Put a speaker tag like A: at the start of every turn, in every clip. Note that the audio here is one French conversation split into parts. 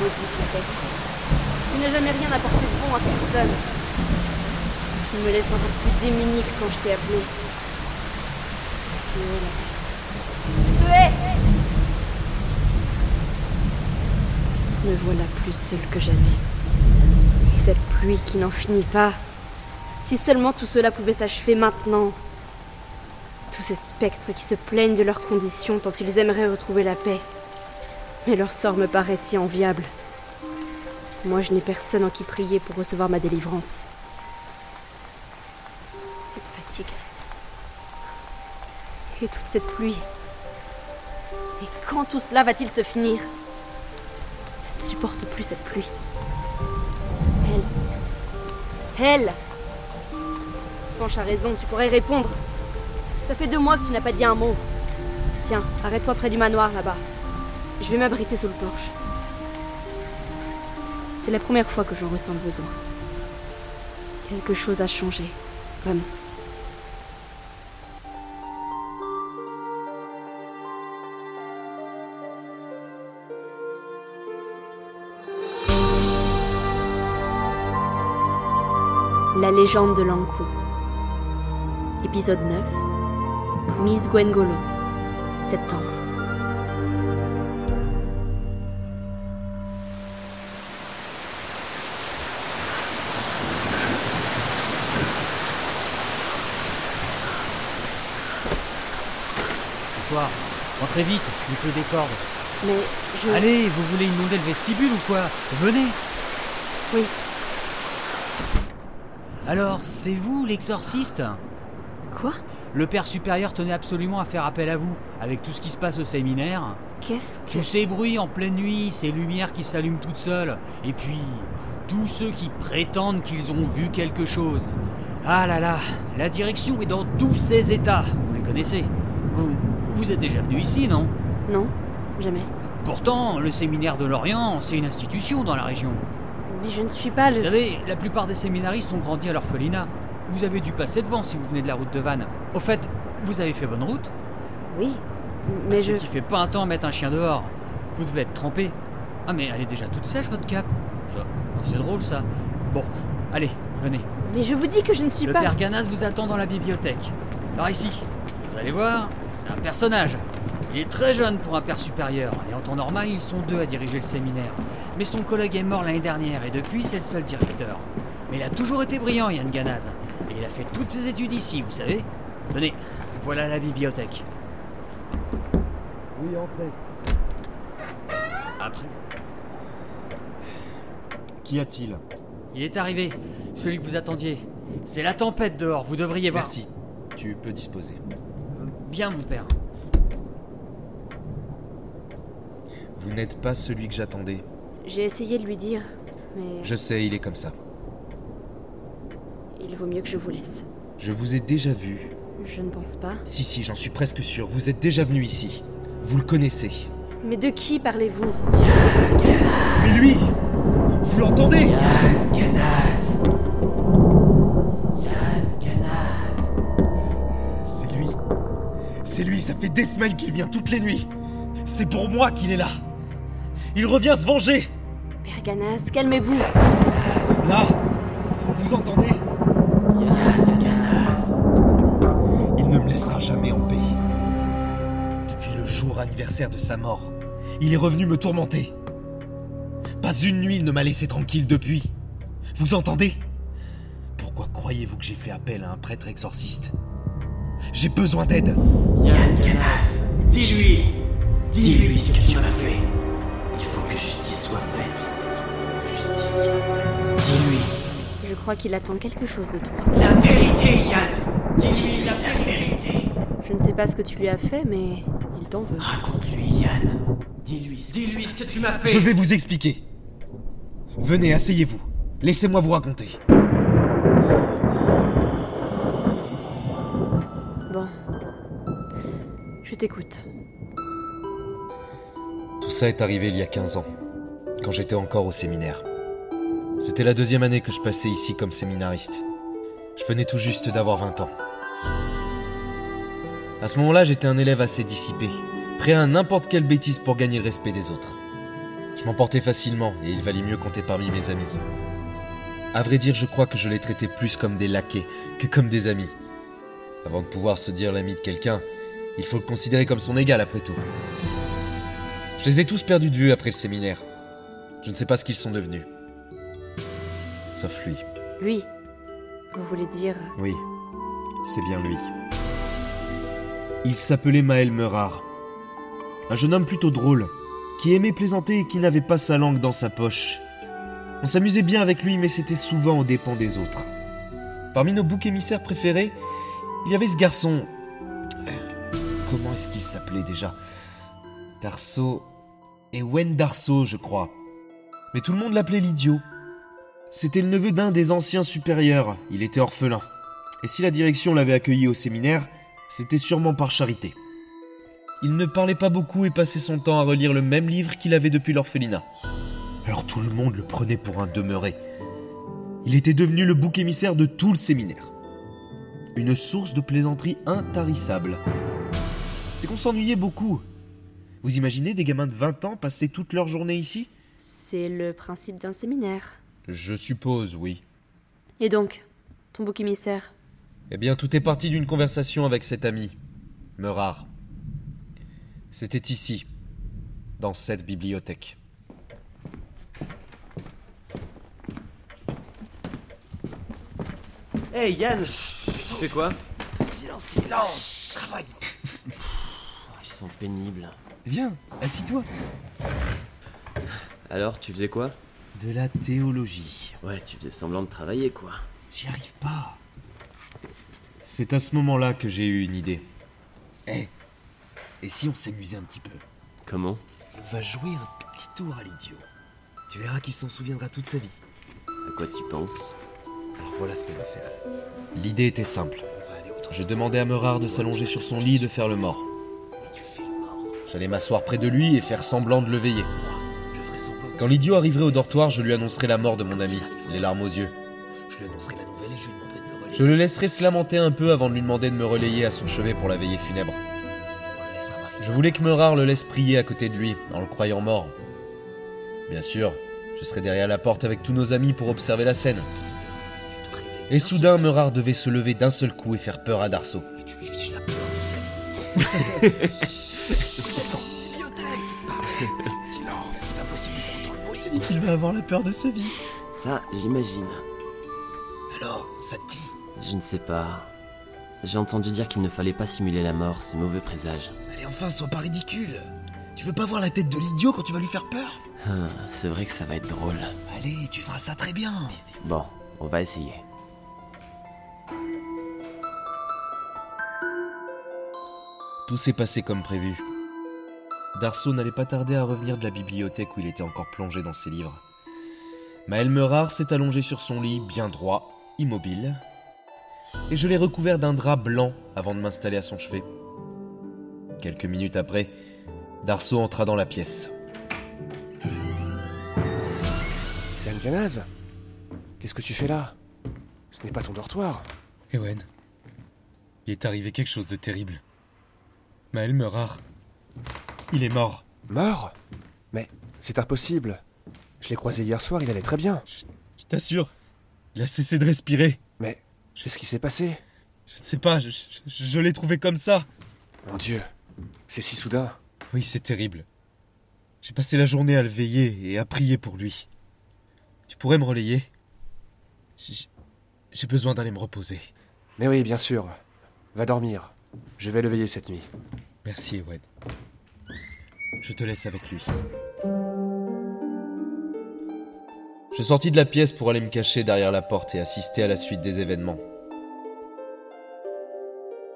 A: maudite peste. Tu n'as jamais rien apporté de bon à personne. Tu me laisses encore plus démunie que quand je t'ai appelé. Théo, la peste. Théo Me voilà plus seule que jamais. Et cette pluie qui n'en finit pas. Si seulement tout cela pouvait s'achever maintenant. Tous ces spectres qui se plaignent de leurs conditions tant ils aimeraient retrouver la paix. Mais leur sort me paraît si enviable. Moi, je n'ai personne en qui prier pour recevoir ma délivrance. Cette fatigue. Et toute cette pluie. Et quand tout cela va-t-il se finir Je ne supporte plus cette pluie. Elle. Elle Penche à raison, tu pourrais répondre. Ça fait deux mois que tu n'as pas dit un mot. Tiens, arrête-toi près du manoir là-bas. Je vais m'abriter sous le porche. C'est la première fois que j'en ressens le besoin. Quelque chose a changé, vraiment. La légende de Lanko. Épisode 9. Miss Gwengolo. Septembre.
B: Bonsoir. Rentrez vite, il pleut des cordes.
A: Mais je.
B: Allez, vous voulez inonder le vestibule ou quoi Venez
A: Oui.
B: Alors, c'est vous l'exorciste
A: Quoi
B: Le père supérieur tenait absolument à faire appel à vous, avec tout ce qui se passe au séminaire.
A: Qu'est-ce que.
B: Tous ces bruits en pleine nuit, ces lumières qui s'allument toutes seules, et puis tous ceux qui prétendent qu'ils ont vu quelque chose. Ah là là, la direction est dans tous ses états, vous les connaissez. Vous, vous êtes déjà venu ici, non
A: Non, jamais.
B: Pourtant, le séminaire de Lorient, c'est une institution dans la région.
A: Mais je ne suis pas
B: Vous
A: le.
B: savez, la plupart des séminaristes ont grandi à l'orphelinat. Vous avez dû passer devant si vous venez de la route de Vannes. Au fait, vous avez fait bonne route
A: Oui. Mais
B: Ce
A: je.
B: qui fait pas un temps à mettre un chien dehors. Vous devez être trempé. Ah mais elle est déjà toute sèche votre cape. Ça, c'est drôle ça. Bon, allez, venez.
A: Mais je vous dis que je ne suis
B: Le
A: pas.
B: père Ganas vous attend dans la bibliothèque. Par ici. Vous allez voir, c'est un personnage. Il est très jeune pour un père supérieur, et en temps normal, ils sont deux à diriger le séminaire. Mais son collègue est mort l'année dernière, et depuis, c'est le seul directeur. Mais il a toujours été brillant, Yann Ganaz. Et il a fait toutes ses études ici, vous savez. Tenez, voilà la bibliothèque.
C: Oui, entrez.
B: Après,
C: Qu'y a-t-il
B: il est arrivé, celui que vous attendiez. C'est la tempête dehors, vous devriez voir.
C: Merci. Tu peux disposer.
B: Bien, mon père.
C: Vous n'êtes pas celui que j'attendais.
A: J'ai essayé de lui dire, mais
C: Je sais, il est comme ça.
A: il vaut mieux que je vous laisse.
C: Je vous ai déjà vu.
A: Je ne pense pas.
C: Si, si, j'en suis presque sûr. Vous êtes déjà venu ici. Vous le connaissez.
A: Mais de qui parlez-vous
C: Mais lui Vous l'entendez C'est lui. C'est lui, ça fait des semaines qu'il vient toutes les nuits. C'est pour moi qu'il est là. Il revient se venger.
A: Père Ganas, calmez-vous.
C: Là Vous entendez Il ne me laissera jamais en paix. Depuis le jour anniversaire de sa mort, il est revenu me tourmenter. Pas une nuit il ne m'a laissé tranquille depuis. Vous entendez Pourquoi croyez-vous que j'ai fait appel à un prêtre exorciste J'ai besoin d'aide.
D: Yann Ganas, dis-lui Dis-lui ce que tu m'as fait Il faut que justice soit faite. Justice soit faite. Dis-lui
A: Je crois qu'il attend quelque chose de toi.
D: la vérité, Yann Dis-lui la vérité Ah.
A: Je ne sais pas ce que tu lui as fait, mais il t'en veut.
D: Raconte-lui, Yann Dis-lui Dis-lui ce que tu m'as fait
C: Je vais vous expliquer. Venez, asseyez-vous. Laissez-moi vous raconter.
A: Bon. Je t'écoute.
E: Tout ça est arrivé il y a 15 ans, quand j'étais encore au séminaire. C'était la deuxième année que je passais ici comme séminariste. Je venais tout juste d'avoir 20 ans. À ce moment-là, j'étais un élève assez dissipé, prêt à n'importe quelle bêtise pour gagner le respect des autres. Je m'emportais facilement et il valait mieux compter parmi mes amis. À vrai dire, je crois que je les traitais plus comme des laquais que comme des amis. Avant de pouvoir se dire l'ami de quelqu'un, il faut le considérer comme son égal après tout. Je les ai tous perdus de vue après le séminaire. Je ne sais pas ce qu'ils sont devenus. Sauf lui.
A: Lui, vous voulez dire
E: Oui, c'est bien lui. Il s'appelait Maël Meurard. Un jeune homme plutôt drôle, qui aimait plaisanter et qui n'avait pas sa langue dans sa poche. On s'amusait bien avec lui, mais c'était souvent aux dépens des autres. Parmi nos boucs émissaires préférés, il y avait ce garçon. Euh, Comment est-ce qu'il s'appelait déjà Darceau. Ewen Darceau, je crois. Mais tout le monde l'appelait l'idiot. C'était le neveu d'un des anciens supérieurs. Il était orphelin. Et si la direction l'avait accueilli au séminaire, c'était sûrement par charité. Il ne parlait pas beaucoup et passait son temps à relire le même livre qu'il avait depuis l'orphelinat. Alors tout le monde le prenait pour un demeuré. Il était devenu le bouc émissaire de tout le séminaire. Une source de plaisanterie intarissable. C'est qu'on s'ennuyait beaucoup. Vous imaginez des gamins de 20 ans passer toute leur journée ici
A: C'est le principe d'un séminaire.
E: Je suppose, oui.
A: Et donc, ton bouc émissaire
E: Eh bien, tout est parti d'une conversation avec cet ami, Meurard. C'était ici, dans cette bibliothèque.
F: Hey Yann, chut, tu fais quoi
D: Silence, silence Travaille
F: Ils sont pénibles.
E: Viens, assis-toi.
F: Alors, tu faisais quoi
E: De la théologie.
F: Ouais, tu faisais semblant de travailler quoi.
E: J'y arrive pas. C'est à ce moment-là que j'ai eu une idée. Eh, et si on s'amusait un petit peu
F: Comment
E: On va jouer un petit tour à l'idiot. Tu verras qu'il s'en souviendra toute sa vie.
F: À quoi tu penses
E: Alors voilà ce qu'on va faire. L'idée était simple. Je demandais à Meurard de s'allonger sur son lit et de faire le mort. J'allais m'asseoir près de lui et faire semblant de le veiller. Quand l'idiot arriverait au dortoir, je lui annoncerai la mort de mon ami, les larmes aux yeux. Je le laisserai se lamenter un peu avant de lui demander de me relayer à son chevet pour la veillée funèbre. Je voulais que Meurard le laisse prier à côté de lui, en le croyant mort. Bien sûr, je serais derrière la porte avec tous nos amis pour observer la scène. Et soudain, Meurard devait se lever d'un seul coup et faire peur à Darceau.
F: Ça, j'imagine.
C: Alors, ça te dit
F: Je ne sais pas. J'ai entendu dire qu'il ne fallait pas simuler la mort, c'est mauvais présage.
C: Allez, enfin, sois pas ridicule Tu veux pas voir la tête de l'idiot quand tu vas lui faire peur
F: Ah, c'est vrai que ça va être drôle.
C: Allez, tu feras ça très bien
F: Bon, on va essayer.
E: Tout s'est passé comme prévu. Darceau n'allait pas tarder à revenir de la bibliothèque où il était encore plongé dans ses livres. Maël Meurard s'est allongé sur son lit, bien droit, immobile, et je l'ai recouvert d'un drap blanc avant de m'installer à son chevet. Quelques minutes après, Darceau entra dans la pièce.
G: Yann Ganaz Qu'est-ce que tu fais là Ce n'est pas ton dortoir.
E: Ewen, Eh il est arrivé quelque chose de terrible. Maël Meurard, il est mort.
G: Mort Mais c'est impossible. Je l'ai croisé hier soir, il allait très bien.
E: Je t'assure, il a cessé de respirer.
G: Mais qu'est-ce qui s'est passé
E: Je ne sais pas, je, je- je l'ai trouvé comme ça.
G: Mon Dieu, c'est si soudain.
E: Oui, c'est terrible. J'ai passé la journée à le veiller et à prier pour lui. Tu pourrais me relayer J'ai j'ai besoin d'aller me reposer.
G: Mais oui, bien sûr. Va dormir. Je vais le veiller cette nuit.
E: Merci, Ewen. Je te laisse avec lui. Je sortis de la pièce pour aller me cacher derrière la porte et assister à la suite des événements.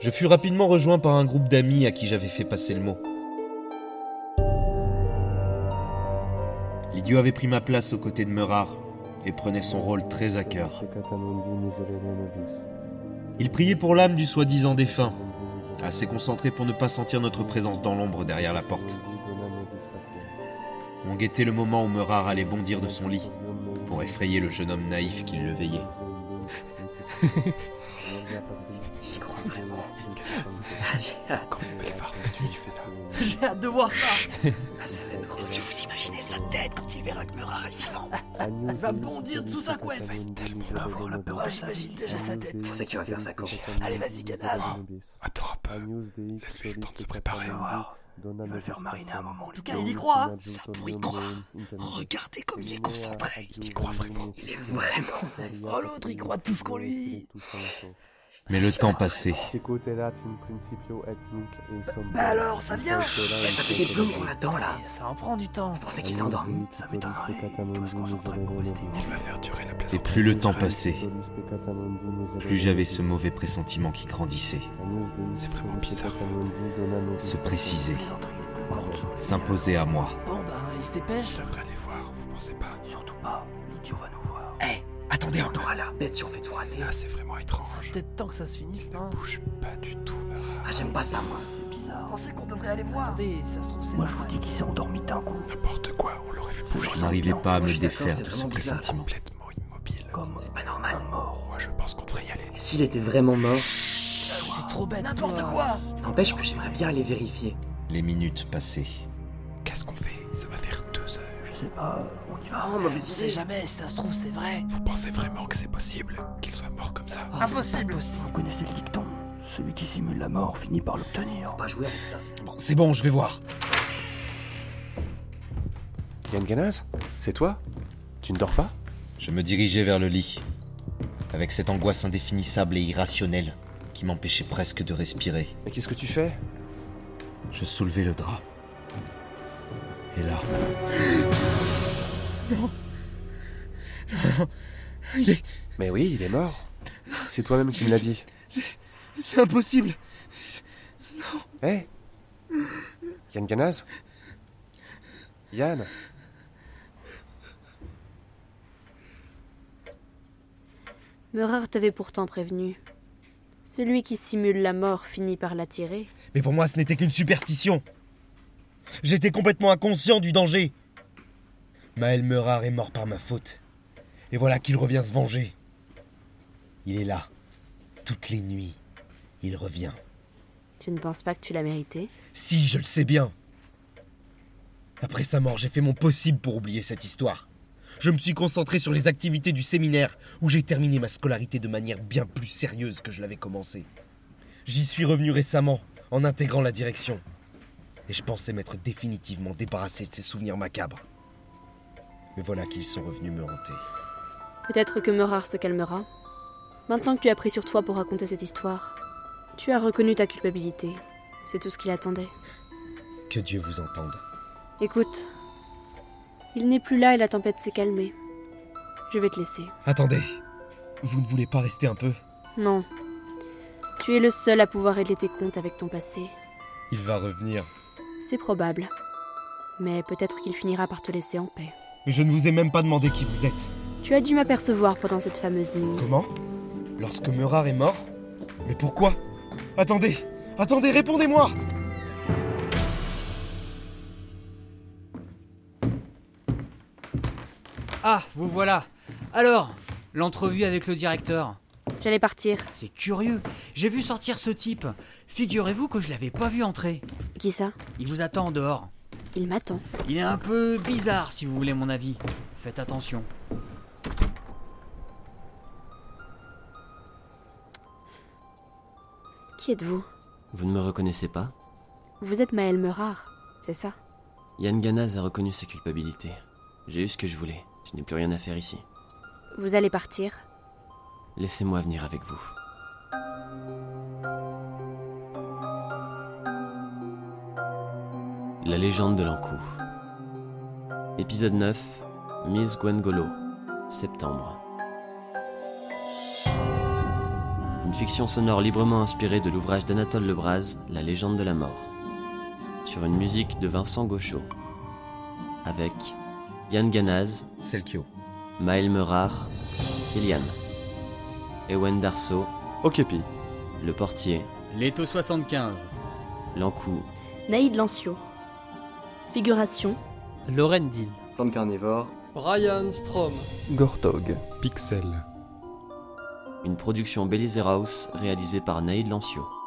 E: Je fus rapidement rejoint par un groupe d'amis à qui j'avais fait passer le mot. L'idiot avait pris ma place aux côtés de Meurard et prenait son rôle très à cœur. Il priait pour l'âme du soi-disant défunt, assez concentré pour ne pas sentir notre présence dans l'ombre derrière la porte. On guettait le moment où Meurard allait bondir de son lit pour effrayer le jeune homme naïf qui le veillait.
H: J'y crois vraiment.
G: C'est encore une belle farce que tu lui fais là.
B: J'ai hâte de voir ça
H: Ah, ça va être trop bien.
B: vous imaginez sa tête quand il verra que Murard est vivant Il va bondir de sous sa couette Oh, J'imagine déjà sa tête
H: On sait qu'il va faire ça quand
B: Allez, vas-y, Ganaz
G: Attends un peu. Laisse-lui le temps de se préparer.
I: Je vais faire mariner un moment.
B: En tout cas, il y croit hein.
I: Ça pourrait croire. Regardez Oh, comme il est concentré.
G: Il y croit vraiment.
H: Il est vraiment
B: Oh, l'autre, il croit tout ce qu'on lui dit
E: Mais le temps passait.
B: Bah alors, ça vient
H: Ça fait des plombs qu'on l'attend là.
B: Ça en prend du temps
H: Je pensais qu'il s'est endormi.
I: Ça m'étonnerait. Il doit se concentrer pour rester.
G: Il va faire durer la
E: Et
G: plaisanterie.
E: plus le temps passait, plus j'avais ce mauvais pressentiment qui grandissait,
G: C'est vraiment bizarre.
E: se précisait, s'imposait à moi.
B: Bon, bah, il se dépêche.
G: Je devrais aller voir, vous pensez pas
I: Surtout pas. L'idiot va nous voir.
C: Attendez un peu.
H: On aura l'air bête si on fait tout rater.
G: Là, c'est vraiment étrange.
B: Peut-être temps que ça se finisse, non
G: Bouge pas du tout, Mara.
H: Ah, j'aime pas ça moi.
I: C'est bizarre.
B: Pensez qu'on devrait aller voir Attendez, ça se trouve, c'est
I: Moi, je vous dis qu'il s'est endormi d'un coup.
G: N'importe quoi, on l'aurait vu bouger.
E: Je n'arrivais pas à
H: Je
E: me
H: suis d'accord,
E: défaire
H: c'est
E: de ce
H: vraiment bizarre.
E: pressentiment.
G: Complètement immobile.
I: Comme
H: C'est pas
I: un
H: normal.
I: mort.
G: Moi, je pense qu'on devrait y aller.
H: Et s'il était vraiment mort,
B: C'est trop bête N'importe quoi
H: n'empêche que j'aimerais bien aller vérifier.
E: Les minutes passaient.
G: Qu'est-ce qu'on fait Ça va faire deux heures.
I: Je sais pas. On y va.
H: Oh,
B: On
H: mauvaise
B: sait
H: idée.
B: jamais, si ça se trouve, c'est vrai
G: Vous pensez vraiment que c'est possible qu'il soit mort comme ça
B: Impossible
I: Vous connaissez le dicton Celui qui simule la mort finit par l'obtenir.
H: Faut pas jouer avec ça.
C: Bon, c'est bon, je vais voir.
G: Yann Ganaz C'est toi Tu ne dors pas
E: Je me dirigeais vers le lit, avec cette angoisse indéfinissable et irrationnelle qui m'empêchait presque de respirer.
G: Mais qu'est-ce que tu fais
E: Je soulevais le drap. Et là,
G: Mais oui, il est mort. C'est toi-même qui me l'as dit.
C: C'est impossible.
G: Hé Eh Yann Ganaz Yann
A: Meurard t'avait pourtant prévenu. Celui qui simule la mort finit par l'attirer.
C: Mais pour moi, ce n'était qu'une superstition. J'étais complètement inconscient du danger. Maël Meurard est mort par ma faute. Et voilà qu'il revient se venger. Il est là. Toutes les nuits. Il revient.
A: Tu ne penses pas que tu l'as mérité
C: Si, je le sais bien. Après sa mort, j'ai fait mon possible pour oublier cette histoire. Je me suis concentré sur les activités du séminaire, où j'ai terminé ma scolarité de manière bien plus sérieuse que je l'avais commencée. J'y suis revenu récemment, en intégrant la direction. Et je pensais m'être définitivement débarrassé de ces souvenirs macabres. Mais voilà qu'ils sont revenus me hanter.
A: Peut-être que Meurard se calmera. Maintenant que tu as pris sur toi pour raconter cette histoire, tu as reconnu ta culpabilité. C'est tout ce qu'il attendait.
C: Que Dieu vous entende.
A: Écoute, il n'est plus là et la tempête s'est calmée. Je vais te laisser.
C: Attendez, vous ne voulez pas rester un peu
A: Non. Tu es le seul à pouvoir régler tes comptes avec ton passé.
C: Il va revenir.
A: C'est probable. Mais peut-être qu'il finira par te laisser en paix.
C: Mais je ne vous ai même pas demandé qui vous êtes.
A: Tu as dû m'apercevoir pendant cette fameuse nuit.
C: Comment Lorsque Meurard est mort Mais pourquoi Attendez Attendez, répondez-moi
B: Ah, vous voilà Alors, l'entrevue avec le directeur.
A: J'allais partir.
B: C'est curieux, j'ai vu sortir ce type. Figurez-vous que je l'avais pas vu entrer.
A: Qui ça
B: Il vous attend dehors.
A: Il m'attend.
B: Il est un peu bizarre si vous voulez mon avis. Faites attention.
A: Qui êtes-vous
F: Vous ne me reconnaissez pas
A: Vous êtes Maël Meurard, c'est ça
F: Yann Ganaz a reconnu sa culpabilité. J'ai eu ce que je voulais. Je n'ai plus rien à faire ici.
A: Vous allez partir
F: Laissez-moi venir avec vous. La légende de l'Ankou. Épisode 9. Miss Gwengolo. Septembre. Une fiction sonore librement inspirée de l'ouvrage d'Anatole Lebras, La légende de la mort. Sur une musique de Vincent Gauchot. Avec Yann Ganaz,
E: Selkio.
F: Maël Meurard, Kylian, Ewen Darso,
G: Ok, Pi.
F: Le Portier,
B: L'étau 75.
F: Lancou,
A: Naïd Lancio. Figuration.
J: Lorendil,
H: Plante carnivore.
J: Brian Strom,
I: Gortog.
G: Pixel.
F: une production Belize House réalisée par Naïd Lancio.